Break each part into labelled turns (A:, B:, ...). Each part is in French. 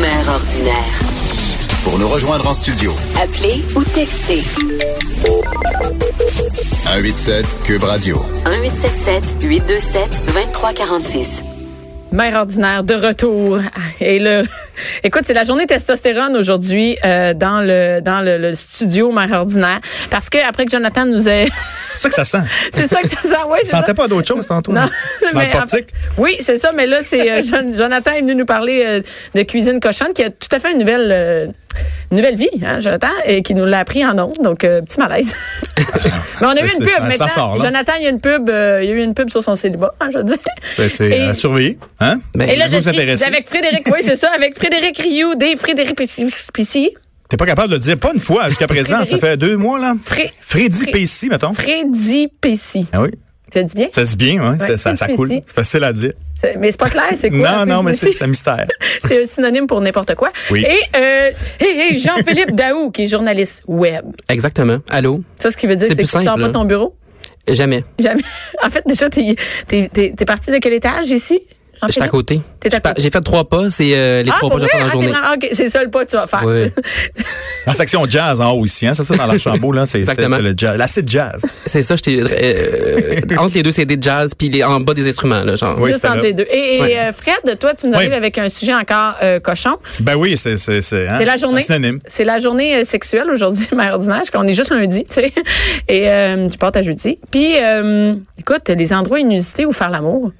A: Mère ordinaire.
B: Pour nous rejoindre en studio,
A: Appelez ou textez
B: 187 Cube Radio.
A: 1877 827 2346.
C: Mère ordinaire de retour. Ah, Et le, écoute, c'est la journée testostérone aujourd'hui euh, dans le dans le, le studio Mère ordinaire parce que après que Jonathan nous ait,
D: C'est ça que ça sent.
C: c'est ça que ça sent. Ouais,
D: Tu
C: c'est ça.
D: sentais pas d'autre chose, Antoine?
C: Non,
D: Dans
C: mais
D: le portique?
C: en fait- oui, c'est ça. Mais là, c'est euh, Jon- Jonathan est venu nous parler euh, de cuisine cochonne, qui a tout à fait une nouvelle, euh, une nouvelle vie, hein, Jonathan, et qui nous l'a appris en ondes. Donc, euh, petit malaise. mais on a
D: Ça,
C: eu une
D: c'est-
C: pub.
D: ça- ça
C: Maintenant,
D: sort, là.
C: Jonathan, il y a une pub. euh, il y a eu une pub sur son célibat, hein, je veux dire.
D: C'est- C'est
C: Et-
D: à surveiller. Hein?
C: Et là,
D: Vous
C: je
D: vous
C: suis
D: intéressez.
C: avec Frédéric. Oui, c'est ça, avec Frédéric Rioux, des Frédéric Pissi.
D: T'es pas capable de le dire, pas une fois jusqu'à présent. Ça fait deux mois, là.
C: Fré-
D: Freddy
C: Fré-
D: Pessi, mettons.
C: Freddy Pissi.
D: Ah oui.
C: Tu as dit bien?
D: Ça se dit bien, hein? Ça-
C: Freddy
D: ça, ça
C: Pessi.
D: coule. C'est facile à dire.
C: C'est- Mais c'est pas clair, c'est quoi?
D: non,
C: Freddy
D: non, mais c'est
C: Pissi?
D: c'est un mystère.
C: C'est un synonyme pour n'importe quoi.
D: Oui.
C: Et, euh, et- et Jean-Philippe Daou, qui est journaliste web.
E: Exactement. Allô?
C: Ça, ce qui veut dire, c'est
E: C'est
C: que
E: plus
C: tu sors
E: simple,
C: pas de
E: hein.
C: ton bureau.
E: Jamais.
C: Jamais. En fait, déjà, t'es, t'es, t'es, t'es parti de quel étage ici?
E: Je suis à
C: Jean-Philippe?
E: côté.
C: T'es à
E: Je suis pas-
C: côté.
E: J'ai fait trois pas, c'est euh, les
C: Ah, pour
E: trois pas que je vais
C: vrai?
E: faire dans la
C: Ah, t'es
E: journée.
C: vraiment- ok, c'est ça le pas que tu vas faire.
E: Oui.
D: La section jazz en haut ici, hein? C'est ça, dans l'Archambault, là. C'est c'est
E: Exactement.
D: le jazz. L'acide jazz.
E: C'est ça, j'étais euh, euh, entre les deux CD de jazz puis les en bas des instruments là, genre.
D: Oui,
C: Juste
D: c'était
C: entre
D: là.
C: les deux. Et, et,
E: Ouais.
C: euh, Fred, toi, tu nous
D: Oui.
C: arrives avec un sujet encore euh, cochon.
D: Ben oui, c'est. C'est hein?
C: C'est la journée.
D: Un synonyme.
C: C'est la journée euh, sexuelle aujourd'hui, mère ordinaire, parce qu'on est juste lundi, tu sais. Et euh, tu portes à jeudi. Puis, euh, écoute, les endroits inusités où faire l'amour.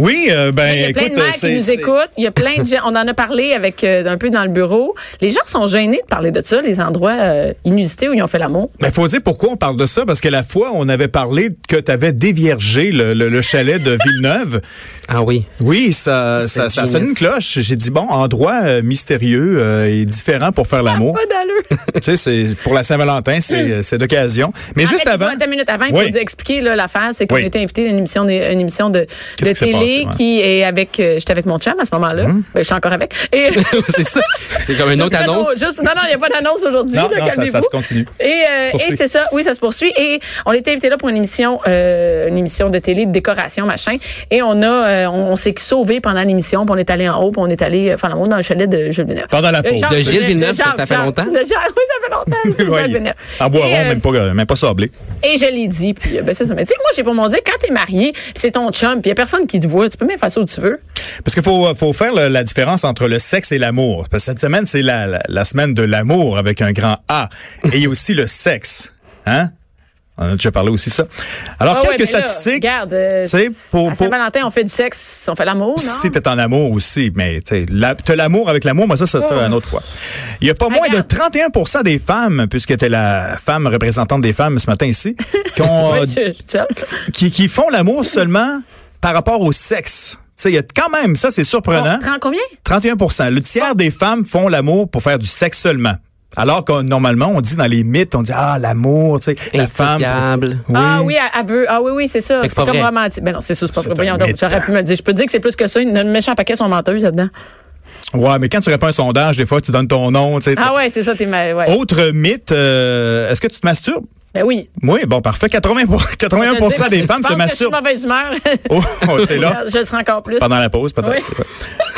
D: Oui, euh, ben,
C: Il y a plein
D: écoute,
C: de mères
D: c'est-
C: qui nous
D: c'est-
C: écoutent. Il y a plein de gens. On en a parlé avec euh, un peu dans le bureau. Les gens sont gênés de parler de ça, les endroits euh, inusités où ils ont fait l'amour.
D: Mais faut dire pourquoi on parle de ça, parce que la fois, on avait parlé que tu avais déviergé le, le- le chalet de Villeneuve.
E: Ah oui.
D: Oui, ça,
E: C'est
D: ça, ça
E: genius.
D: sonne une cloche. J'ai dit, bon, endroit euh, mystérieux euh, et différent pour faire l'amour.
C: Pas d'allure.
D: tu sais, c'est, pour la Saint-Valentin, c'est, euh, c'est d'occasion. Mais juste
C: Arrêtez-vous
D: avant.
C: Attends une minute avant, il
D: Oui.
C: faut vous expliquer là, l'affaire. C'est qu'on
D: Oui.
C: était invité à une émission, de- une émission de, de
D: Qu'est-ce qui s'est
C: télé
D: passé, ouais. Hum.
C: qui est avec. euh, J'étais avec mon chum à ce moment-là. Ben, je suis encore avec. Et
E: c'est ça. C'est comme une
C: Juste
E: autre
C: pas
E: annonce.
C: d'au- juste- non, non, il n'y a pas d'annonce aujourd'hui.
D: Non,
C: là,
D: non, ça-
C: calmez-vous.
D: ça se continue.
C: Et, euh,
D: se poursuit.
C: et c'est ça, oui, ça se poursuit. Et on était invité là pour une émission, euh, une émission de télé, de décoration, machin. Et on a, euh, on, on s'est sauvé pendant l'émission, puis on est allé en haut, puis on est allé, enfin, on est dans le chalet de Jules Villeneuve.
D: Pendant la
C: Euh,
D: pause.
C: Jean-
E: De Gilles
C: Jean-
E: Villeneuve,
C: Jean-
E: ça- ça fait
C: Jean-
E: longtemps?
C: de Jean- oui, ça fait longtemps. c'est Jean
D: Oui.
C: Villeneuve.
D: En bois
C: Et,
D: rond,
C: euh,
D: même pas, même pas sablé.
C: et je l'ai dit, puis euh, ben, c'est ça. Mais tu sais, moi, j'ai pour mon dire, quand t'es marié, puis c'est ton chum, puis il n'y a personne qui te voit, tu peux même faire ça où tu veux.
D: Parce qu'il faut, faut faire le- la différence entre le sexe et l'amour. Parce que cette semaine, c'est la, la, la semaine de l'amour avec un grand A. Et il y a aussi le sexe. Hein? On a déjà parlé aussi de ça. Alors,
C: Ah ouais,
D: quelques
C: mais là,
D: statistiques.
C: regarde, euh,
D: Tu sais, pour-
C: à
D: pour-
C: Saint-Valentin, on fait du sexe, on fait l'amour, non?
D: Si t'es en amour aussi, mais tu sais, la- t'as l'amour avec l'amour, moi ça, ça sera une autre fois. Il y a pas moins de
C: Oh. Regarde.
D: 31 des femmes, puisque t'es la femme représentante des femmes ce matin ici, qui, ont,
C: Ouais,
D: euh,
C: je- je- ça.
D: qui, qui font l'amour seulement par rapport au sexe. Tu sais, il y a quand même, ça c'est surprenant,
C: On prend combien?
D: 31 Le tiers des femmes font l'amour pour faire du sexe seulement. Alors que normalement, on dit dans les mythes, on dit ah l'amour, tu sais, la femme.
E: Insociable.
C: Ah oui, elle, elle veut. Ah oui, oui, c'est ça. C'est
E: Fait que c'est pas
C: comme
E: vrai.
C: romantique. Ben non, c'est ça, c'est pas
D: C'est
C: vrai.
D: un
C: Voyons donc,
D: mythe.
C: j'aurais pu me le dire. Je peux te dire que c'est plus que ça. Une- Nos méchants paquets sont menteuses là-dedans.
D: Ouais, mais quand tu réponds à un sondage, des fois tu donnes ton nom, tu sais. tu-
C: Ah ouais, c'est ça, t'es ma... ouais.
D: Autre mythe, euh, est-ce que tu te masturbes?
C: Ben oui.
D: Oui, bon, parfait. 80 pour- 81 des
C: Je
D: femmes
C: pense
D: se
C: que Je suis de
D: masturbent.
C: mauvaise humeur.
D: Oh, oh, c'est là.
C: Je le serai encore plus.
D: Pendant la pause, peut-être.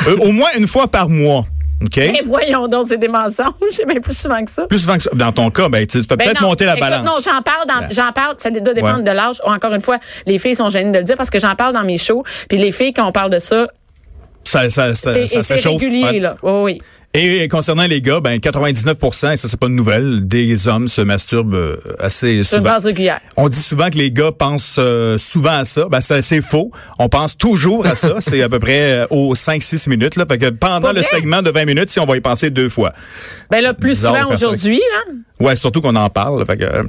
D: Euh, au moins une fois par mois. OK?
C: Mais voyons donc, c'est des mensonges. C'est bien plus souvent que ça.
D: Plus souvent que ça. Dans ton cas, ben, tu tu peux
C: Ben
D: peut-être
C: non.
D: monter la
C: Écoute,
D: balance.
C: non, j'en parle, dans- j'en parle, ça doit dépendre
D: Ouais.
C: de l'âge. Oh, Encore une fois, les filles sont gênées de le dire parce que j'en parle dans mes shows. Puis les filles, quand on parle de ça,
D: ça, ça,
C: c'est
D: ça, ça
C: et c'est
D: s'échauffe.
C: régulier,
D: Ouais.
C: là. Oui, oui.
D: Et concernant les gars, ben 99 et ça c'est pas une nouvelle, des hommes se masturbent euh, assez
C: Sur une
D: souvent.
C: base régulière.
D: On dit souvent que les gars pensent euh, souvent à ça, ben ça, c'est faux. On pense toujours à ça, c'est à peu près euh, aux 5 6 minutes là, fait que pendant
C: Pour
D: le
C: vrai?
D: segment de 20 minutes, si on va y penser deux fois.
C: Ben là, plus
D: Bizarre de
C: souvent
D: faire ça.
C: aujourd'hui, là.
D: Ouais, surtout qu'on en parle. là, fait que, euh,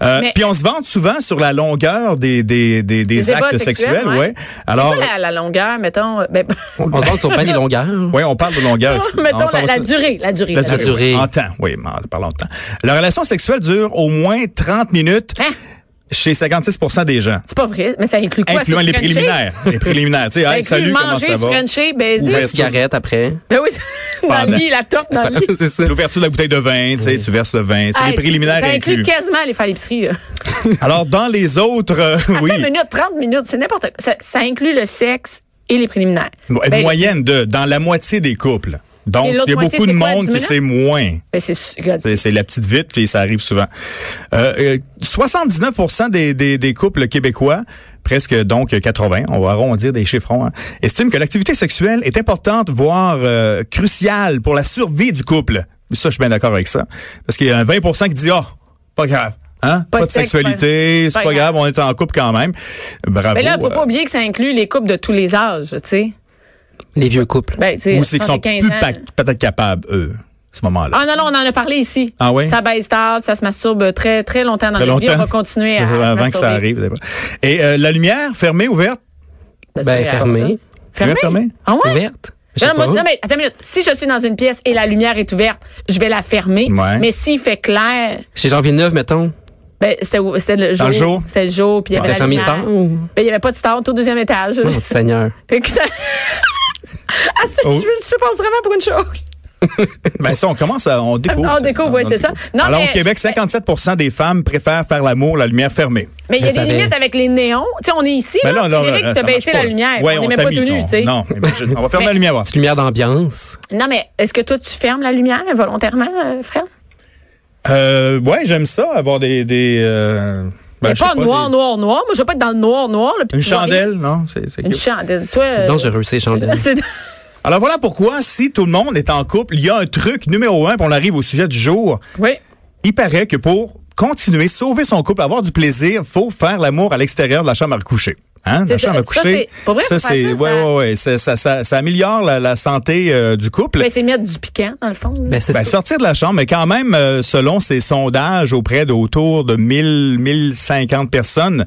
D: euh,
C: Mais-
D: Puis on se vante souvent sur la longueur des des des, des
C: Des débats
D: actes
C: sexuels,
D: sexuels,
C: ouais.
D: ouais.
C: C'est
D: Alors,
C: quoi la, la longueur, mettons? euh, Ben,
E: On on se demande si on prend des longueurs.
D: ouais, on parle de longueur. ici.
C: mettons
D: On s'en
C: la,
D: va
C: la
D: sur-
C: durée, la durée.
D: La
C: la durée.
D: durée.
E: durée.
D: En temps, oui, mais en- parlons de temps. La relation sexuelle dure au moins 30 minutes
C: Hein?
D: chez 56 des gens.
C: C'est pas vrai, mais ça inclut quoi?
D: incluant
C: c'est se
D: les
C: frencher?
D: préliminaires. Les préliminaires, tu sais,
C: Ça
D: hey,
C: inclut
D: salut, comment
C: manger,
D: ça
C: se
D: va?
C: frencher, baiser.
D: Ouvert.
E: Cigarette après.
C: Ben oui, ça- dans le
D: Pendant-
C: lit, la top dans le lit.
E: C'est ça.
D: L'ouverture de la bouteille de vin, tu sais, tu verses le vin. C'est
C: Hey,
D: les préliminaires
C: Ça inclut
D: inclus.
C: quasiment les faire l'épicerie. là.
D: Alors, dans les autres, euh, oui,
C: 20 minutes, 30 minutes, c'est n'importe quoi. Ça, ça inclut le sexe et les préliminaires.
D: une
C: Ben,
D: moyenne de, dans la moitié des couples.
C: Et
D: Donc,
C: l'autre
D: il y a
C: moitié,
D: beaucoup de
C: c'est quoi,
D: monde
C: 10
D: qui c'est moins.
C: ben, c'est su- regarde,
D: C'est, c'est la petite vite, puis ça arrive souvent. Euh, euh, 79 des, des, des couples québécois, presque donc 80, on va arrondir des chiffrons, hein, estiment que l'activité sexuelle est importante, voire euh, cruciale pour la survie du couple. Ça, je suis bien d'accord avec ça. Parce qu'il y a un 20 qui dit « Ah, pas grave. Hein? Pas, de
C: sexe,
D: sexualité,
C: pas-
D: c'est
C: pas
D: pas grave, on est en couple quand même. » Bravo.
C: Mais Ben là, faut pas
D: euh,
C: oublier que ça inclut les couples de tous les âges, tu sais.
E: Les vieux couples.
C: Ben, tu sais,
D: ou c'est qu'ils
C: quand
D: sont
C: t'es
D: plus
C: 15 ans-
D: pa- peut-être capables, eux, à ce moment-là.
C: Ah non, non, on en a parlé ici.
D: Ah ouais?
C: Ça baisse tard, ça se masturbe très, très longtemps dans
D: Très
C: la vie. On
D: longtemps.
C: va continuer à se
D: avant que
C: masturber.
D: ça arrive. Et euh, la lumière, fermée, ouverte?
C: Ben,
E: Ben,
C: c'est
E: fermée.
C: Fermée?
D: Lumière fermée?
C: Ah ouais?
E: Ouverte. Je sais
C: Non, moi,
E: pas.
C: non, mais attends une minute. Si je suis dans une pièce et la lumière est ouverte, je vais la fermer.
D: Ouais.
C: Mais s'il fait clair,
E: Chez Jean Villeneuve, mettons.
C: ben, c'était, où- c'était le jour.
D: le jour?
C: C'était le jour, puis il y avait
E: La
C: la,
E: famille
C: lumière.
E: star ou-
C: Ben, il n'y avait pas de star, on était au deuxième étage.
E: Oh, Seigneur.
C: Et que ça- Ah, ça,
D: Oh.
C: je, je pense vraiment pour une chose. Ah,
D: Ben ça, on commence à, on découvre.
C: On découvre, oui,
D: Oh, On
C: c'est ça. Non,
D: Alors
C: mais-
D: au Québec, 57 des femmes préfèrent faire l'amour la lumière fermée.
C: Mais il y a
E: Ça
C: des
E: avait-
C: limites avec les néons. Tu sais, on est ici,
D: Ben
C: là.
D: non, non,
C: Eric,
D: non,
C: t'as
D: ça marche
C: baissé
D: pas.
C: la lumière.
D: Ouais,
C: on n'est même pas
D: tamise,
C: tenu,
D: on-
C: tu sais.
D: Non, imagine, on va fermer la lumière. voir.
E: Petite lumière d'ambiance.
C: Non, mais est-ce que toi, tu fermes la lumière volontairement, euh, frère?
D: Euh, ouais, j'aime ça, avoir des, des euh, ben,
C: Mais
D: je sais
C: pas, noir,
D: des-
C: noir, noir. Moi, je veux pas être dans le noir, noir. là, puis
D: Une
C: tu vois rien.
D: chandelle, non? C'est, c'est
C: Une
D: cute.
C: chandelle. Toi, euh,
E: Dangereux, ces chandelles.
C: c'est-
D: Alors voilà pourquoi, si tout le monde est en couple, il y a un truc numéro un, puis on arrive au sujet du jour.
C: Oui.
D: Il paraît que pour continuer, sauver son couple, avoir du plaisir, faut faire l'amour à l'extérieur de la chambre à coucher. Hein?
C: C'est
D: La
C: ça.
D: chambre à
C: Ça,
D: coucher.
C: c'est- pour vrai,
D: ça,
C: faut faire
D: c'est,
C: ça,
D: ouais,
C: ça-
D: ouais, ouais. Ça, ça, ça, ça améliore la, la santé euh, du couple.
C: Ben, c'est mettre du piquant, dans le fond. là.
E: Ben, c'est
D: Ben,
E: ça.
D: sortir de la chambre, mais quand même, euh, selon ces sondages auprès d'autour de 1000, 1050 personnes,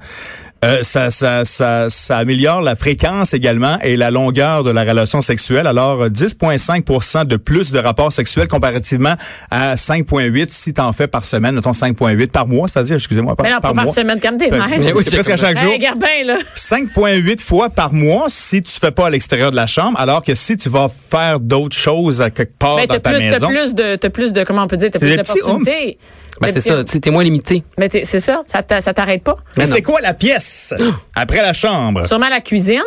D: euh, ça, ça, ça, ça améliore la fréquence également et la longueur de la relation sexuelle. Alors, euh, 10,5 de plus de rapports sexuels comparativement à 5,8 si t'en fais par semaine, mettons 5,8 par mois, c'est-à-dire, excusez-moi, par,
C: Mais Ben, non, pas
D: par
C: par
D: mois.
C: semaine, comme t'es
D: Fait-
C: mères.
D: C'est
E: Eh oui, c'est
D: presque à
E: comme ça.
D: chaque jour.
C: Hey, regarde bien, là.
D: 5,8 fois par mois si tu fais pas à l'extérieur de la chambre, alors que si tu vas faire d'autres choses à quelque part
C: Ben,
D: dans
C: t'as
D: ta
C: plus, t'as
D: maison.
C: plus de, t'as plus de, comment on peut dire, t'as
D: C'est
C: plus
D: des petits
C: d'opportunités.
E: Ben, c'est ça. Tu- T'es moins limité.
C: Mais t'es- c'est ça, ça t'a- ça t'arrête pas.
D: Mais
E: non.
D: c'est quoi la pièce après la chambre?
C: Sûrement la cuisine,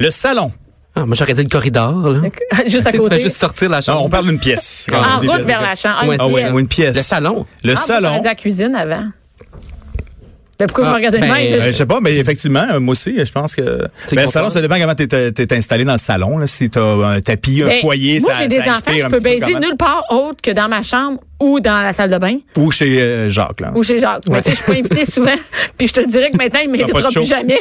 D: Le salon.
E: Ah, moi, j'aurais dit le corridor, là.
C: juste à
E: Tu sais, tu fais
C: côté.
E: juste sortir la
D: Non,
E: chambre.
D: on parle d'une pièce.
E: En
D: Quand on
C: En
D: dit
C: route
D: pièce.
C: vers la chambre. Ah,
E: Ouais,
C: une
D: Ah oui,
C: pièce.
D: ou une pièce.
E: Le salon.
D: Le
C: Ah, moi,
D: salon.
C: j'aurais dit la cuisine avant. Ben, pourquoi
E: Ah,
C: vous me regardez de
E: ben,
C: même?
D: Euh,
C: là?
D: je sais pas, mais effectivement, euh, moi aussi, je pense que.
E: C'est
D: Mais
E: contraire.
D: le salon, ça dépend comment t'es, euh, t'es- t'es installé dans le salon. Là. Si t'as un tapis, un
C: Ben,
D: foyer,
C: moi,
D: ça,
C: j'ai
D: ça
C: des enfants,
D: inspire
C: je
D: un
C: peux
D: petit peu quand
C: baiser
D: même.
C: nulle part autre que dans ma chambre ou dans la salle de bain
D: Ou chez euh, Jacques. Là.
C: ou chez Jacques. Mais tu sais, je suis pas invitée souvent. Puis je te dirais que maintenant, il ne
D: pas de
C: m'invitera
D: show.
C: plus jamais.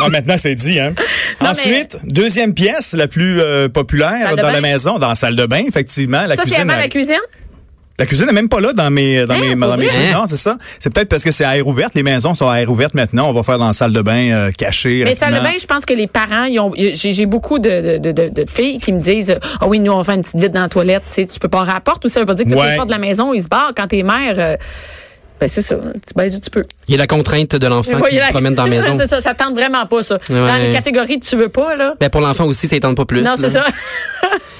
D: Ah, maintenant, c'est dit. Hein?
C: Non,
D: Ensuite, deuxième pièce, la plus euh, populaire
C: Salle de
D: dans
C: bain.
D: la maison, dans la salle de bain, effectivement. La
C: ça, c'est
D: cuisine.
C: avant
D: elle-
C: la cuisine?
D: La cuisine n'est même pas là dans mes dans
C: Hein,
D: mes,
C: pour
D: dans mes
C: vrai?
D: trucs. Non, c'est ça. C'est peut-être parce que c'est à air ouverte. Les maisons sont à air ouverte maintenant. On va faire dans la salle de bain euh, cachée.
C: Mais salle de
D: rapidement.
C: bain, je pense que les parents, ils ont, j'ai, j'ai beaucoup de, de, de, de filles qui me disent euh, Ah oui, nous, on fait une petite vite dans la toilette. Tu sais, tu peux pas en rapport. Tout ça veut pas dire que toutes
D: Ouais.
C: les portes de la maison, ils se barrent. Quand t'es mère, euh, ben c'est ça. Tu baises où tu peux.
E: Il y a la contrainte de l'enfant
C: Ouais,
E: qui se promène dans la maison.
C: c'est ça, ça tente vraiment pas, ça. Dans
E: Ouais.
C: les catégories, que tu veux pas, là.
E: Ben, pour l'enfant aussi, ça étend pas plus.
C: non,
E: là.
C: c'est ça.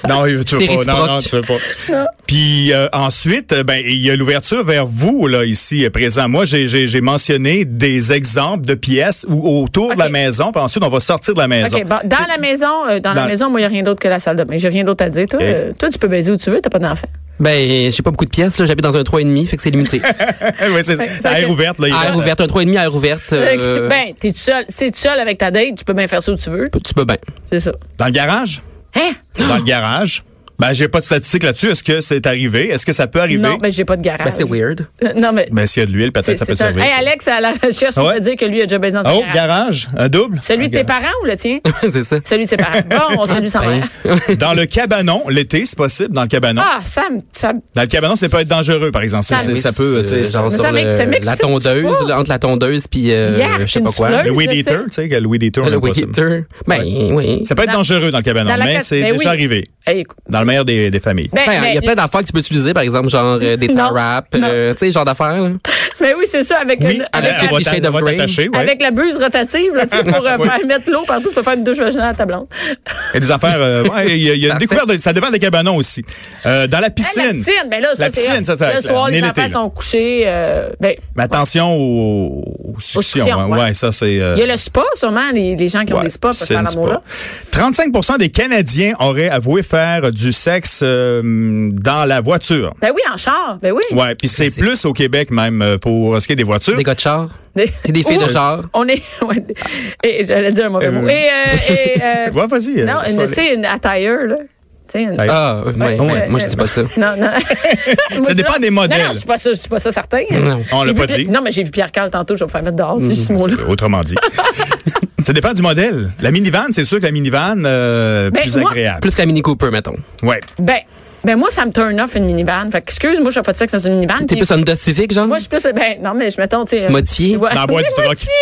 D: Non, tu veux pas.
E: C'est
D: Non,
E: réciproque.
D: non, tu veux pas. Puis euh, ensuite, euh, ben il y a l'ouverture vers vous là ici euh, présent. Moi, j'ai j'ai j'ai mentionné des exemples de pièces où autour de la
C: Ok.
D: maison. Puis ensuite, on va sortir de la maison.
C: OK, bon, dans la maison, euh, dans, la
D: Dans-
C: maison, moi, il n'y a rien d'autre que la salle de bain. J'ai rien d'autre à dire. Toi,
D: Ok.
C: euh, toi tu peux baiser où tu veux, t'as pas d'enfant.
E: Ben, j'ai pas beaucoup de pièces, là. J'habite dans un 3,5, fait que c'est limité.
D: ouais, c'est
C: Fait-
D: à air
C: fait-
D: ouverte là. il
E: air
D: reste-
E: ouverte, un 3,5 air ouverte. euh,
C: Ben, t'es tout seul. Si t'es tout seul avec ta date, tu peux bien faire ça où tu veux.
E: Tu peux bien.
C: C'est ça.
D: Dans le garage.
C: Hein?
D: Dans le garage. Ben, j'ai pas de statistiques là-dessus. Est-ce que c'est arrivé? Est-ce que ça peut arriver?
C: Non, mais j'ai pas de garage.
E: Ben, c'est weird.
C: Non, mais.
D: Ben, s'il y a de l'huile,
C: c'est-
D: peut-être ça peut
C: c'est un-
D: servir.
C: Hey, Alex, à la recherche, on
D: Ouais.
C: peut dire que lui a déjà baisé dans son
D: oh,
C: garage.
D: garage, un double.
C: Celui
D: Un
C: de tes
D: garage.
C: parents ou le tien?
E: c'est ça.
C: Celui de ses parents. Bon, on salue sa
E: Ben,
C: mère.
D: Dans le cabanon, l'été, c'est possible, dans le cabanon.
C: Ah, ça me. Ça, me-
D: Dans le cabanon, ça peut être dangereux, par exemple. Ça,
C: Ça-
D: c'est-
E: oui,
D: ça peut,
E: euh,
D: tu sais, ça-
E: genre
C: ça
E: sur
C: m'ex- ça
E: le- la
C: m'excite
E: tondeuse,
C: pas.
E: là, entre la tondeuse puis euh,
C: Yark,
E: je sais
C: une
E: pas quoi.
C: fleur.
D: Le weed
C: je
D: eater,
C: sais.
D: tu sais, que le weed eater, on
E: Le
D: aime pas
E: weed
D: ça.
E: eater. Ben oui.
D: Ça peut être
C: Dans-
D: dangereux dans le cabanon,
C: dans la
D: mais
C: case-
D: c'est
C: ben
D: déjà
C: oui.
D: arrivé.
C: Hey, écoute.
D: Dans le meilleur des, des familles.
C: Ben,
E: Ben, il y a
C: mais-
E: plein d'affaires que tu peux utiliser, par exemple, genre euh, des
C: Non.
E: tar wraps, euh, tu sais, genre d'affaires. là.
C: Mais Ben oui, c'est ça, avec, une- avec,
D: on
E: un
C: la,
D: va
E: petit
D: t'a-
E: shade
D: on
E: of
D: va
E: grey.
D: t'attacher, ouais.
C: avec la buse rotative, là, tu sais, pour euh,
D: Oui.
C: faire mettre l'eau partout, tu peux faire une douche vaginale à ta blonde.
D: Et des affaires, euh, ouais, il y a, il y a une
E: Parfait.
D: découverte, de- ça dépend des cabanons aussi. Euh, dans la piscine.
C: Hey, Ah, la piscine, ben là, ça,
D: La
C: c'est-
D: piscine, ça, ça,
C: Le
D: clair. On
C: soir,
D: est
C: les enfants
D: l'été, là.
C: sont couchés. euh, ben,
D: Mais attention aux, aux suctions.
C: suctions,
D: hein.
C: ouais.
D: Ouais, ça, c'est. euh,
C: il y a le spa, sûrement, les, les gens qui ont
D: ouais,
C: des spas, peuvent
D: c'est
C: faire
D: une
C: l'amour là.
D: spa. 35 des Canadiens auraient avoué faire du sexe euh, dans la voiture.
C: Ben oui, en char, ben oui.
D: Ouais, puis c'est
E: Classique.
D: plus au Québec même euh, pour ce qui est des voitures.
E: Des gars de char.
C: Des-
E: Et des filles de
C: Ouh,
E: char.
C: On est. ouais. et, j'allais dire un
D: Eh
C: mauvais mot. Et. euh, et, euh,
D: Ouais, vas-y. euh,
C: non,
D: laisse-toi
C: une-
D: aller.
C: tu sais, une attire, là. Tu sais, une.
D: Attire.
E: Ah, ouais, ouais,
D: ouais.
E: moi je dis pas ça.
C: Non, non. Moi, je-
D: dépend des
C: Non,
D: modèles.
C: non, je suis pas ça, je suis pas ça certain.
D: On l'a
C: J'ai
D: pas
C: vu-
D: dit. Mm,
C: Non, mais j'ai vu Pierre Carl tantôt, je vais me faire mettre dehors, c'est juste ce mot-là.
D: Autrement dit. ça dépend du modèle. La minivan, c'est sûr que la minivan, euh,
C: Ben,
D: plus
C: moi-
D: agréable.
E: Plus la Mini Cooper, mettons.
D: Ouais.
C: Ben, ben moi, ça me turn off une minivan. Fait que, excuse-moi, je sais pas de sexe dans une minivan.
E: T'es
C: Puis,
E: plus un dos civique, genre?
C: Moi, je suis plus, ben, non, mais je mettons, tu sais.
E: Modifié?
C: je- ouais.
D: Dans la boîte du
C: Oui,
D: troc.
C: modifié,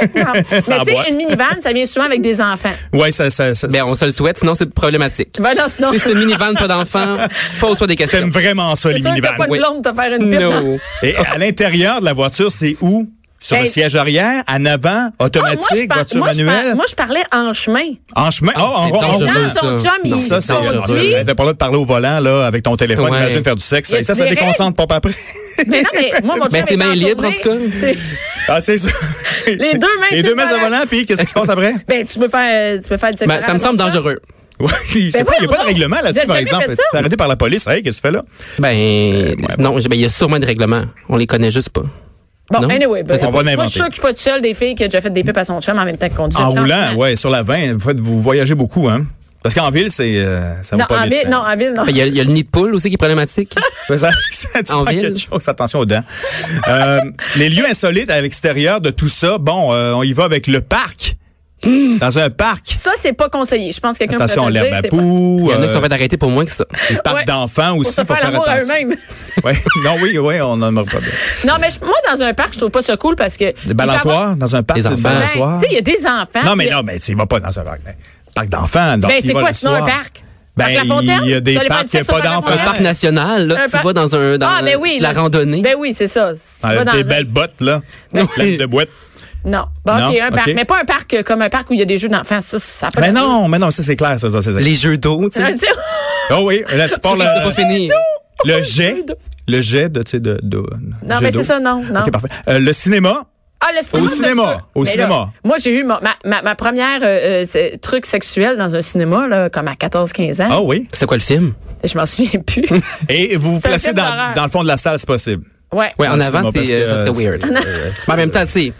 C: Avec, non.
D: Dans la
C: Mais tu
D: boîte.
C: sais, une minivan, ça vient souvent avec des enfants.
D: Ouais, ça, ça, ça-
E: Ben, on se le souhaite, sinon c'est problématique.
C: Ben, non, sinon.
E: Si c'est une minivan, pas d'enfant, pas au choix des questions.
D: T'aimes vraiment ça,
C: C'est
D: les
C: sûr que t'as
D: minivans.
C: pas de
E: Oui.
C: blonde pour te faire une pipe.
E: No.
D: Et à l'intérieur de la voiture, c'est où? Sur
C: Ben,
D: le siège arrière, en avant,
C: Ah, moi, je
D: automatique,
C: par-
D: voiture
C: moi, je par-
D: manuelle,
C: moi, je parlais en chemin.
D: en chemin.
E: Ah,
D: Oh, en
E: c'est
D: rond- en
E: dangereux,
D: rond.
C: Non, ton chum, il-
D: Ça, c'est
C: conduit.
D: dangereux. Hey, T'as pas le droit de parler au volant, là, avec ton téléphone.
E: Ouais.
D: Imagine faire du sexe.
C: Il y a
D: Hey, ça, ça
C: direct.
D: déconcentre pas après.
C: Mais non, mais moi, mon chum.
E: Ben, c'est
C: était
E: main libre,
C: tournée.
E: en tout cas.
C: C'est-
D: Ah, c'est sûr.
C: Les deux mains
D: Les
C: sur
D: deux
C: le
D: mains au
C: volant.
D: volant, puis qu'est-ce qui se passe après?
C: Ben, tu peux faire, tu peux faire du sexe
E: Ben, ça
C: oral
E: me
C: à
E: semble
C: ton chum.
E: dangereux.
D: Ouais, je sais
C: Ben
D: pas, il n'y
C: voyons
D: a pas de
C: donc.
D: règlement
C: Vous
D: là-dessus,
C: avez
D: par
C: jamais
D: exemple.
C: fait ça?
D: C'est arrêté par la police. Hey, qu'est-ce que tu fais là?
E: Ben, non, j'ai- ben, il y a sûrement des règlements. On les connaît juste pas.
C: Bon,
E: Non?
C: anyway, ben,
D: On va
C: moi,
D: l'inventer.
C: je suis sûr que je suis pas toute seule des filles qui a déjà fait des pipes à son chum en même temps que hein. conduit.
D: En roulant, ouais, sur la 20, vous, faites- vous voyagez beaucoup, hein? Parce qu'en ville, c'est, euh, ça va
C: Non,
D: pas
C: en
D: vite.
C: ville,
D: hein.
C: non, en ville, non.
E: Ben, Il y, a- il y a le nid de poule aussi qui est problématique.
D: Mais Ça, ça dit
E: En
D: pas
E: ville.
D: quelque chose. Attention aux dents. Euh, les lieux insolites à l'extérieur de tout ça, bon, euh, on y va avec le parc. Dans un parc.
C: Ça, Mmh. c'est pas conseillé. Je pense que quelqu'un peut
D: Attention,
C: te le
D: l'herbe
C: dire.
D: à
C: c'est pas-
D: poux.
E: Il y en a qui
D: euh,
E: sont fait arrêter pour moins que ça.
D: les parcs
C: Ouais.
D: d'enfants
C: Pour
D: aussi,
C: se
D: faut
C: faire l'amour à
D: attention.
C: eux-mêmes.
D: Ouais. Non, oui, oui, on n'aimerait pas bien.
C: Non, mais je- moi, dans un parc, je trouve pas ça cool parce que.
D: Des balançoires, dans un parc, des
E: Des enfants.
C: Ben,
D: balançoires.
C: Tu sais, il y a des enfants.
D: Non, mais
C: il y a-
D: non, mais tu vas pas dans un parc. Ben, Parc d'enfants. donc
C: Ben,
D: tu y
C: c'est
D: vas
C: quoi,
D: le
C: sinon, un
D: soir.
C: parc?
D: Ben,
C: Parc La Fontaine?
D: il y a des
C: Tu vas aller faire
D: parcs
C: du
D: qui n'ont
C: sexe
D: pas
C: au parc La
D: d'enfants.
E: Un
C: Ouais.
E: parc national, là,
C: Un
E: tu
C: parc-
E: vas dans un dans
C: Ah, ben oui.
E: la
C: là.
E: randonnée.
C: Ben oui, c'est ça. Si tu vas
D: Avec
C: dans
D: Euh,
C: Ben
D: des
C: un-
D: belles bottes, là.
E: Oui.
D: Pleines de boîtes.
C: Non. Bon,
D: Non,
C: OK, un parc.
D: ok.
C: Mais pas un parc euh, comme un parc où il y a des jeux d'enfants. Ça, ça a pas
D: Mais
C: d'allure.
D: non, mais non, ça, c'est clair, ça. ça, c'est-
E: Les jeux d'eau, tu sais.
C: Tu sais,
D: Oh oui, là, tu parles
E: C'est pas
D: le,
E: fini.
D: le jet. Le jet de, tu sais, de, de-
C: Non,
D: jet
C: mais c'est
D: d'eau.
C: ça, non, non.
D: OK, parfait. Euh, le cinéma.
C: Ah, le cinéma.
D: Au
C: c'est
D: cinéma,
C: sûr.
D: au
C: Mais
D: cinéma.
C: là, moi, j'ai eu ma, ma, ma- ma première euh, euh, c'est- truc sexuel dans un cinéma, là, comme à 14-15 ans.
D: Ah oui.
E: C'est quoi le film?
C: Je m'en souviens plus.
D: Et vous vous
C: C'est un
D: placez
C: film
D: dans,
C: d'horreur.
D: dans le fond de la salle, c'est possible.
C: ouais.
E: Ouais, en
D: le
E: avant,
D: cinéma, parce
E: c'est, euh,
D: que,
E: ça serait
D: euh,
E: weird. Mais en même temps, tu sais,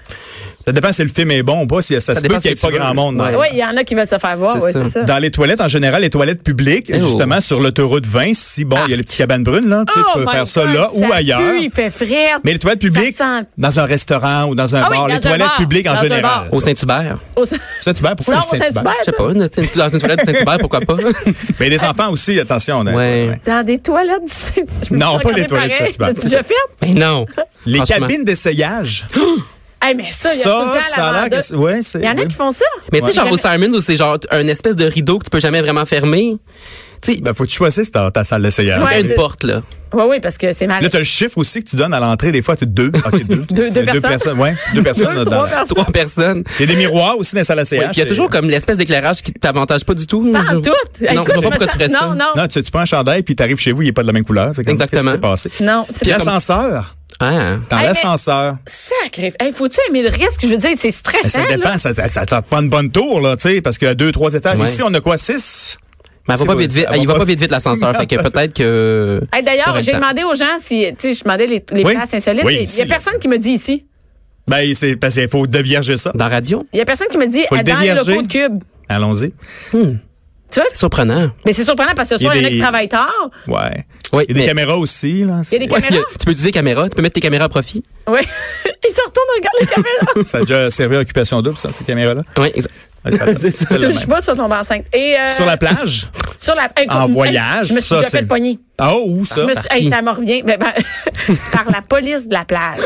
D: Ça dépend si le film est bon ou pas. Si, ça,
E: Ça
D: se peut
E: dépend
D: qu'il n'y
E: ce
D: ait
E: que
D: pas
E: tu
D: grand
E: veux.
D: monde.
E: Ouais.
D: dans-
C: Oui, il y en a qui veulent se faire voir.
E: C'est
C: ouais,
E: ça.
C: c'est ça.
D: Dans les toilettes, en général, les toilettes publiques,
E: Oh.
D: justement, sur l'autoroute 20, si, bon, il y a les petites cabanes brunes, là, tu sais, tu peux
C: Oh my
D: faire ça
C: God,
D: là ou
C: pue,
D: ailleurs.
C: il fait frette.
D: Mais les toilettes publiques,
C: Ça sent-
D: dans un restaurant ou dans un
C: Ah oui,
D: bar, les
C: dans un
D: toilettes
C: bar,
D: publiques en
C: dans un
D: général.
C: bar.
E: au Saint-Hubert.
C: Oh, ça-
D: Ça, tu pourquoi
C: Non,
D: le
C: au
D: Saint-Hubert?
C: Saint-Hubert.
E: Je sais pas, une- une- dans une toilette du Saint-Hubert, pourquoi pas?
D: Mais des enfants aussi, attention. on a-
E: Ouais.
C: Dans des toilettes du Saint- Je me
D: Non,
C: suis
D: pas les
C: regardée
D: toilettes,
C: pareil.
D: ça, tu parles.
C: L'as-tu déjà fait?
E: Ben non.
D: Les
E: Franchement.
D: cabines d'essayage.
C: Hey, mais ça, il y a
D: Ça,
C: tout le temps
D: ça a
C: la
D: l'air que c'est- ouais, c'est-
C: Il y en a
D: oui.
C: qui font ça.
E: Mais tu sais, genre
C: Jamais-
E: au Simons, où c'est genre un espèce de rideau que tu peux jamais vraiment fermer. Tu sais,
D: Ben, faut que tu choisisses ta, ta salle d'essayage.
E: il y a
C: Ouais,
E: une
C: c'est-
E: porte, là.
C: Oui, oui, parce que c'est mal.
D: Là, t'as le chiffre aussi que tu donnes à l'entrée. Des fois, tu deux. OK, deux.
C: Deux- deux
D: Il y a
C: personnes.
D: ouais, deux personnes.
C: Deux,
D: dans-
C: trois personnes.
E: Trois personnes.
D: Il y a des miroirs aussi dans la salle d'essayage.
E: Ouais, puis il y a
D: C'est-
E: toujours comme l'espèce d'éclairage qui t'avantage pas du tout.
C: Pas en
E: Je-
C: tout.
E: Non,
C: Écoute,
E: je vois
C: me
E: pas pourquoi
C: sens-
E: tu ferais ça.
C: Non, non.
D: Non, tu, tu prends un chandail, puis t'arrives chez vous, il n'est pas de la même couleur. C'est comme,
E: Exactement.
D: Qu'est-ce qui s'est passé?
C: Non, c'est
D: Puis
C: pas-
D: l'ascenseur.
E: Ah.
D: Dans
C: Hey, mais-
D: l'ascenseur.
C: Sacré. Hey, faut-tu aimer le risque? Je veux dire, c'est stressant.
D: Ben, Ça
C: là.
D: dépend, ça, ça, ça te prend une bonne tour, là, tu sais, parce qu'il y a deux, trois étages.
E: Ouais.
D: Ici, on a quoi, six?
E: Mais elle va
D: C'est
E: pas
D: pas-
E: vite, vite.
D: elle
E: Il
D: va
E: va pas
D: pas-
E: vite, vite l'ascenseur. fait que peut-être que.
C: Hey, D'ailleurs,
E: t'aurais
C: j'ai
E: le temps.
C: demandé aux gens si, tu sais, je demandais les, les
D: Oui.
C: places insolites.
D: Oui,
C: et il
D: ici,
C: y a
D: là.
C: personne qui me dit ici.
D: Ben, c'est parce qu'il faut devierger ça.
E: Dans radio?
C: Il y a personne qui me dit
D: Faut le
C: dans le
D: dévierger.
C: loco de Cube.
D: Allons-y.
C: Tu vois?
E: C'est surprenant.
C: Mais c'est surprenant parce que ce
D: Il y a
C: soir, il y en a qui
D: des-
C: travaillent tard.
D: Ouais.
E: Oui,
D: Il y a des
E: mais-
D: caméras aussi, là.
C: Il y a des
E: Ouais,
C: caméras.
E: tu peux utiliser caméra, tu peux mettre tes caméras à profit.
C: Oui. Ils se retournent, regardent les caméras.
D: Ça a déjà servi à occupation double, ça, ces caméras-là.
E: Oui, exact.
D: Ouais, ça- c'est
C: Je
D: le
C: ne
D: même.
C: pas, tu vas tomber enceinte. Et, euh,
D: Sur la plage,
C: sur la- Écoute,
D: en
C: hey,
D: voyage.
C: Je me suis
D: ça,
C: déjà
D: c'est-
C: fait pogner.
D: Ah, oh, où ça?
C: Je me suis- hey, ça me revient. Ben, ben, par la police de la plage.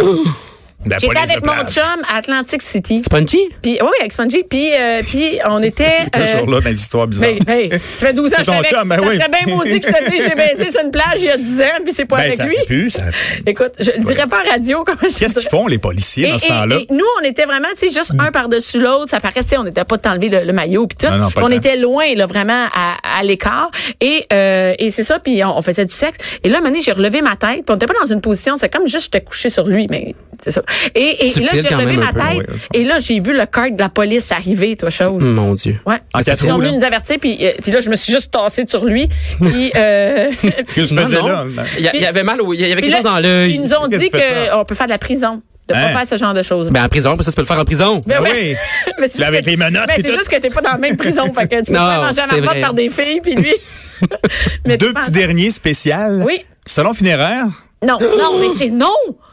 D: Ben,
C: J'étais
D: police de
C: avec mon
D: plage.
C: chum à Atlantic City.
E: Punchy?
C: Puis, oui, avec Spongy. Puis, euh, puis on était.
D: Toujours
C: euh,
D: là dans les histoires bizarres.
C: Mais, hey, ça fait 12 ans que
D: C'est
C: je
D: ton
C: suis avec.
D: chum, ben
C: ça
D: oui.
C: serait bien maudit que je te dise j'ai baisé sur une plage il y a 10 ans, puis c'est pas
D: Ben,
C: avec
D: ça
C: lui.
D: pue, ça-
C: Écoute, je le dirais pas en radio comment je
D: Qu'est-ce qu'ils font, les policiers,
C: et,
D: dans ce
C: et-
D: temps-là? Mm.
C: et nous, on était vraiment, tu sais, juste un par-dessus l'autre. Ça paraissait, on n'était pas de t'enlever le, le maillot puis tout.
D: Non, non, pas le
C: on
D: temps.
C: était loin, là, vraiment à, à l'écart. Et, euh, et c'est ça, puis on, on faisait du sexe. Et là, un moment donné, j'ai relevé ma tête. Puis on n'était pas dans une position, c'est comme juste j'étais couché sur lui, mais c'est ça. Et, et
E: Subtil
C: là, j'ai
E: quand
C: relevé
E: même
C: ma
E: un peu,
C: tête.
D: ouais, Mm.
C: et là, j'ai vu le cart de la police arriver, toi, chose.
E: Mon Dieu.
C: Ouais.
D: En quatre
C: Ils sont
D: roues,
C: venus
D: là.
C: nous avertir, puis, euh, puis là, je me suis juste tassée sur lui. Puis, euh,
D: Qu'est-ce que tu faisais là?
C: Ben
E: Il y, a- il y avait mal, au- il y avait
C: puis
E: quelque
C: là,
E: chose dans
C: Ils
E: l'œil.
C: nous ont
D: Qu'est-ce
C: dit
D: que tu fais
C: qu'on peut faire de la prison, de
D: Hein?
C: pas faire ce genre de choses.
E: Ben, en prison, parce que ça, tu peux le faire en prison.
C: Ben
D: Ah
C: ouais.
D: oui.
C: Mais c'est
D: Là,
C: juste
D: avec
C: que-
D: les menottes
C: mais
D: puis
C: c'est
D: tout.
C: juste que t'es pas dans la même prison. fait que tu peux
E: Non,
C: pas manger à la
E: c'est
C: porte
E: vrai.
C: par des filles, puis lui. Mais tu
D: Deux
C: penses-
D: petits derniers spéciales.
C: Oui.
D: Salon funéraire?
C: Non, non, mais c'est non.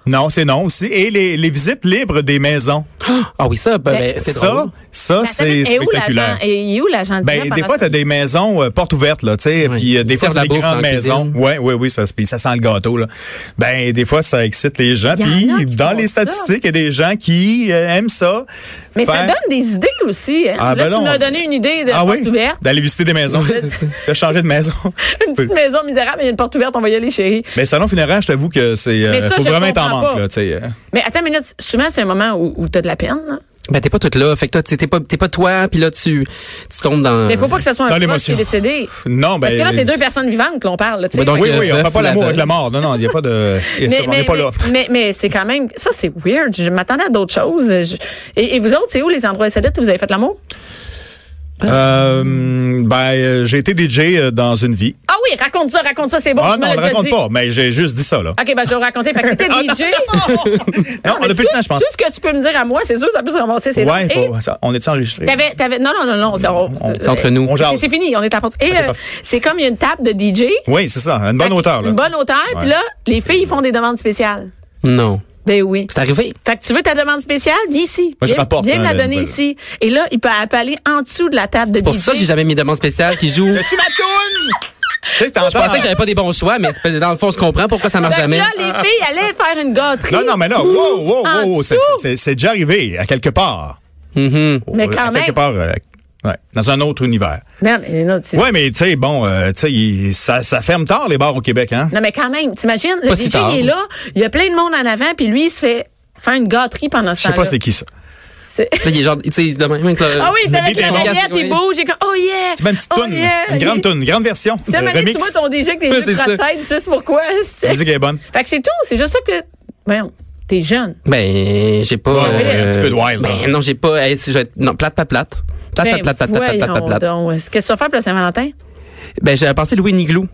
D: Non, c'est non aussi. Et les, les visites libres des maisons.
E: Ah oui, ça, ben,
C: Ben,
E: ben, c'est
D: Ça,
E: drôle.
D: ça,
C: Mais attends,
D: c'est
C: et où l'agent?
D: spectaculaire.
C: Et il est où l'agent? de
D: Ben,
C: diamant
D: des
C: pendant
D: fois,
C: ce
D: t'as des maisons euh, portes ouvertes, là, tu sais,
E: Oui.
D: puis euh, des
E: Ils
D: fois,
E: servent
D: c'est
E: la
D: des
E: bouffe
D: grandes
E: dans la
D: maisons.
E: cuisine.
D: Oui, oui, oui, ça, puis ça sent le gâteau, là. Ben, des fois, ça excite les gens.
C: Il y en
D: Puis,
C: a qui
D: dans
C: font
D: les
C: ça.
D: statistiques, il y a des gens qui euh, aiment ça.
C: Mais ça
D: Faire-
C: donne des idées aussi. Hein?
D: Ah,
C: là,
D: ben
C: tu
D: non.
C: m'as donné une idée de
D: Ah
C: porte
D: oui?
C: ouverte.
D: D'aller visiter des maisons.
E: Ouais, c'est ça.
D: de changer de maison.
C: Une petite maison misérable, mais il y a une porte ouverte, on va y aller, chérie.
D: Mais salon funéraire, je t'avoue que c'est.
C: Mais
D: Euh,
C: ça,
D: faut
C: je
D: vraiment être en
C: comprends
D: manque,
C: pas.
D: là, tu sais. euh.
C: Mais attends une minute, souvent, c'est un moment où, où t'as de la peine. là.
E: Ben, t'es pas toute là. Fait que toi, t'es t'es pas, t'es pas toi, puis là, tu, tu tombes dans.
C: Mais faut pas que ce soit
D: Ah Dans
C: un proche qui
D: l'émotion.
C: est décédé.
D: Non, ben.
C: Parce que là, c'est deux personnes vivantes que l'on parle. là, tu sais.
E: Oui, donc, euh,
D: Oui,
E: Le
D: oui, on ne
E: veuf
D: fait
E: ou
D: pas
E: la
D: l'amour
E: veuve.
D: avec la mort. Non, non, il n'y a pas de. on n'est pas là.
C: mais- mais c'est quand même. Ça, c'est weird. Je m'attendais à d'autres choses. Je- et, et vous autres, c'est où les endroits insolites où vous avez fait l'amour?
D: Euh, ben, euh, j'ai été DJ euh, dans une vie.
C: Ah oui, raconte ça, raconte ça, c'est bon.
D: Ah
C: tu me
D: non,
C: l'as
D: on ne
C: déjà
D: raconte
C: dit.
D: pas, Ah mais j'ai juste dit ça, là.
C: OK, ben, je vais vous raconter. Fait que t'étais DJ.
D: non, on n'a plus le temps, je pense.
C: Tout ce que tu peux me dire à moi, c'est sûr, ça peut se ramasser. C'est
D: Ouais,
C: Et
D: faut- ça- on est enregistré.
C: t'avais, t'avais, non, non, non, non. c'est- on- euh,
E: C'est entre nous.
D: On jase.
C: C'est, c'est fini, on est à porte. Et euh, c'est comme il y a une table de DJ.
D: Oui, c'est ça, une bonne
C: Fait que-
D: hauteur, là.
C: Une bonne hauteur.
D: Ouais.
C: Puis là, les filles font des demandes spéciales.
E: Non.
C: Ben oui.
E: C'est arrivé.
C: Fait que tu veux ta demande spéciale, viens ici.
D: Moi, je
C: viens,
D: rapporte,
C: viens me la
D: hein, la
C: donner
D: nouvelle.
C: ici. Et là, il peut appeler en dessous de la table de
E: C'est pour
C: DJ.
E: ça que j'ai jamais mis de demande spéciale qui joue.
D: Tu ma toune! Tu sais,
E: Je pensais que j'avais pas des bons choix, mais c'est pas- dans le fond, je comprends pourquoi ça marche
C: Fait que
E: jamais.
C: Ben là, les filles allaient faire une gâterie.
D: Ah. Non, non, mais là, wow, wow,
C: En
D: wow, wow, c'est-
C: dessous.
D: c'est c'est déjà arrivé, à quelque part.
C: Mais
E: Mm-hmm.
D: Euh,
C: quand
D: à
C: même.
D: quelque part, euh, ouais, dans un autre univers.
C: Non, mais non, tu-
D: Ouais, mais tu sais, bon, euh, tu sais, il- ça, ça ferme tard, les bars au Québec, hein?
C: Non, mais quand même, t'imagines, le
E: Pas
C: DJ
E: si tard.
C: est là, il y a plein de monde en avant, puis lui, il se fait faire une gâterie pendant
D: Je
C: ce
D: sais pas
C: temps-là.
D: c'est qui ça.
C: C'est-
E: Là, il est genre, tu sais, demain, même que là-
C: Ah oui, t'as avec la
D: beat est bon.
C: baguette, il bouge, j'ai comme, oh yeah!
D: Tu mets une petite
C: oh
D: toune,
C: yeah.
D: une grande toune, une grande version.
C: Tu sais,
D: euh,
C: Mané, tu vois ton DJ avec les
E: Ouais,
C: yeux
E: c'est ça.
C: cross-eyed, tu sais c'est pourquoi. c'est-
D: La musique est bonne.
C: Fait que c'est tout, c'est juste ça que, voyons, t'es jeune.
E: Ben, j'ai pas.
D: Ouais, un petit peu de wild, là.
E: Ben, non, j'ai pas. hey, si je vais être- non, plate, pas plate. Plate,
C: hein. Ben,
E: plate, plate, plate, plate, plate, plate,
C: voyons
E: plate.
C: donc. Qu'est-ce que tu vas faire pour le Saint-Valentin?
E: Ben, j'ai pensé Louis Niglou.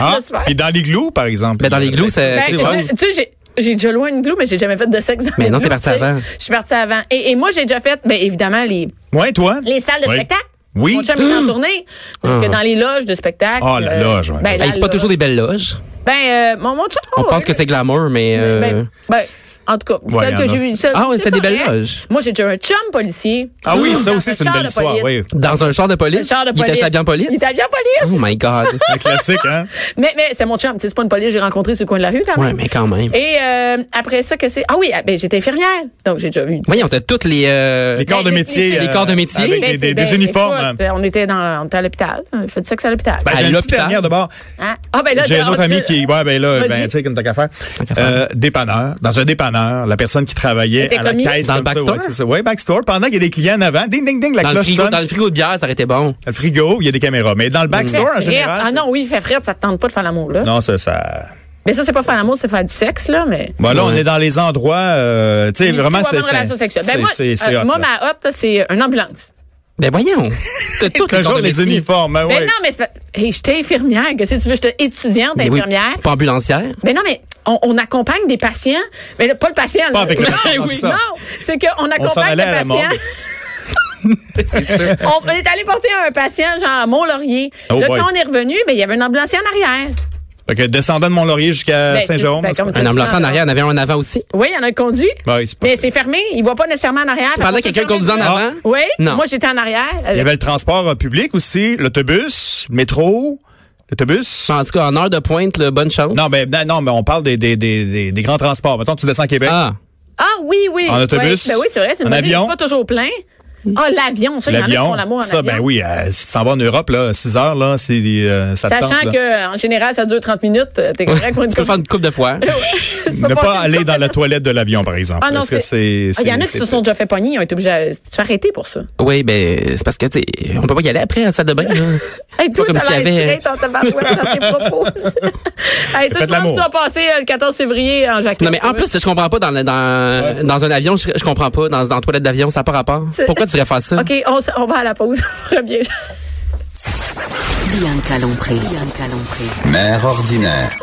D: Ah,
C: J'espère.
D: puis dans l'igloo, par exemple.
E: Ben, dans l'igloo, c'est.
C: Ben,
E: c'est-
C: je- tu sais, j'ai. J'ai déjà loin une glue, mais j'ai jamais fait de sexe. dans
E: Mais
C: un
E: non, t'es
C: glue,
E: partie
C: tu sais.
E: avant.
C: Je suis partie avant. Et, et moi, j'ai déjà fait, bien évidemment, les,
D: Ouais, toi?
C: les salles de
D: Oui.
C: spectacle.
D: Oui.
C: Mon chum est en tournée.
E: Ah.
C: Donc, dans les loges de spectacle.
D: Ah, la loge, ouais.
C: Ben,
D: Hey,
C: la
E: Hey, c'est pas
C: loge.
E: toujours des belles loges.
C: Ben, euh, mon, mon chum.
E: On
C: ouais.
E: pense que c'est glamour, mais. euh,
C: Ben, ben, en tout cas,
D: Ouais,
C: celle
D: y
C: que
D: en a.
C: j'ai vue. celle-
E: Ah ouais, c'est des
C: pas
E: belles
C: vrai.
E: loges.
C: Moi, j'ai déjà un chum policier.
D: Ah oui, ça
C: Dans
D: aussi,
C: un
D: c'est une
C: char
D: belle
C: de
D: histoire,
C: police.
D: oui.
E: Dans un char de police.
C: Un char de police.
E: Il était habillé en police.
C: Il était habillé en police.
E: Oh my God.
D: Un classique, hein?
C: Mais, mais c'est mon chum. Tu sais, C'est pas une police que j'ai rencontrée sur le coin de la rue, quand même.
E: ouais, mais quand même.
C: Et euh, après ça, que c'est. Ah oui, ah, ben, j'étais infirmière. Donc, j'ai déjà vu.
E: Voyons, t'as toutes les. euh,
D: Les corps de
C: les-
D: métier.
E: les corps de métier.
D: Ah, Avec
C: Ben,
D: des,
C: c'est-
D: des- des
C: ben,
D: uniformes. hein.
C: écoute, on était dans, on était à l'hôpital. On fait du sexe à l'hôpital.
D: Ben,
E: à
D: j'ai une petite
E: l'hôpital.
D: dernière d'abord.
C: Hein? Ah, ben là,
D: J'ai
C: tu-
D: un autre
C: ah,
D: ami
C: tu-
D: qui, ouais, ben là,
C: Vas-y.
D: ben, tu sais, comme t'as qu'à faire.
E: qu'à faire.
D: Euh, dépanneur. Dans un dépanneur, la personne qui travaillait
C: Était
D: à la
C: commis.
D: caisse.
E: Dans le
D: comme ça,
E: backstore?
D: Ouais, c'est ça. Ouais, backstore. Pendant qu'il y a des clients en avant, ding, ding, ding, la
E: Dans le,
D: cloche
E: frigo,
D: sonne.
E: dans le frigo de bière, ça aurait été bon.
D: Le frigo, il y a des caméras. Mais dans le backstore, en
C: Frette.
D: général.
C: Ah non, oui, il fait frette, ça te tente pas de faire l'amour, là.
D: Non, ça, ça.
C: Mais ça, c'est pas faire l'amour, c'est faire du sexe, là, mais.
D: Bon, là, on
E: Ouais.
D: est dans les endroits, euh, tu sais,
C: Mais
D: vraiment,
C: c'est
D: c'est.
C: pas vraiment relation sexuelle. Ben, moi,
D: c'est- c'est
C: euh,
D: hot,
C: moi,
D: là.
C: ma hotte, là, c'est euh, une ambulance.
E: Ben, voyons. T'as toutes les corps
D: Toujours
E: de
D: les
E: métier.
D: uniformes, hein,
C: Ben
D: ouais.
C: non, mais c'est pas. Hey, j'étais infirmière. Qu'est-ce que tu veux? J'étais étudiante
E: Ben oui,
C: infirmière.
E: Pas ambulancière.
C: Ben non, mais on, on accompagne des patients. Mais là, pas le patient. là.
D: Pas avec le patient,
C: Non,
D: c'est ça.
C: non, c'est qu'on
D: On s'en
C: accompagne
D: allait
C: le
D: à la
C: patient.
D: morgue.
E: c'est sûr.
C: On, on est allé porter un patient, genre à Mont-Laurier.
D: Oh
C: là,
D: boy.
C: quand on est revenu, ben, il y avait un ambulancier en arrière.
D: Fait que descendant de Mont-Laurier jusqu'à
C: Ben,
D: Saint-Jérôme.
C: c'est- ben, comme-
E: Un ambulancier en arrière, il y en avait un en avant aussi.
C: Oui, il y en a un conduit.
D: Ouais, Ah c'est pas
C: mais
D: ça.
C: c'est fermé. Il voit pas nécessairement en arrière.
E: parlais à quelqu'un
C: qui
E: conduisant en avant?
C: Ah. Oui.
E: Non.
C: Moi, j'étais en arrière.
D: Il y avait le transport euh, public aussi, l'autobus, métro, l'autobus.
E: En tout cas, en heure de pointe, là, bonne chance.
D: Non, ben, mais non, mais on parle des, des, des, des, des grands transports. Mettons, tu descends à Québec.
E: Ah,
C: Ah oui, oui.
D: En autobus,
C: Oui. Ben oui, c'est vrai. C'est une
D: en
C: bonne idée,
D: avion.
C: C'est pas toujours plein. Ah, l'avion. Ça, il y en a qui font
D: L'avion,
C: l'amour en
D: ça,
C: avion.
D: ben oui, euh, si tu t'en vas en Europe, là, 6 heures, là, c'est, euh, ça te
C: Sachant
D: tente, là.
C: que, en général, ça dure 30 minutes. euh, T'es correct pour une
E: tu peux le
C: coupe-
E: faire une coupe de fois.
C: Tu peux passer
D: Ne pas
C: une
D: aller
C: coupe
D: dans
C: de-
D: la toilette de l'avion, par exemple.
C: Ah non,
D: Parce que
C: c'est.
D: c'est.
C: Ah, Il y en a qui
D: c'est-
C: se sont déjà fait pogner. Ils ont été obligés de s'arrêter pour ça.
E: Oui, ben, c'est parce que, tu sais, on peut pas y aller après à la salle de bain, là.
C: Hey,
E: C'est
C: toi,
E: pas comme
C: t'as
E: s'il y
C: l'air
E: avait- euh,
C: straight en tabarouette dans tes propos. hey, toi, je
D: Faites
C: pense que
D: l'amour.
C: tu vas passer euh, le 14 février en jaquette.
E: Non, mais en plus, je comprends pas dans, le- dans, dans un avion, je, je comprends pas. Dans, dans la toilette d'avion, ça n'a pas rapport.
C: C'est-
E: Pourquoi tu devrais faire ça?
C: OK, on, s- on va à la pause. On revient.
A: Bianca Lompré. Bianca Lompré.
B: Mère ordinaire.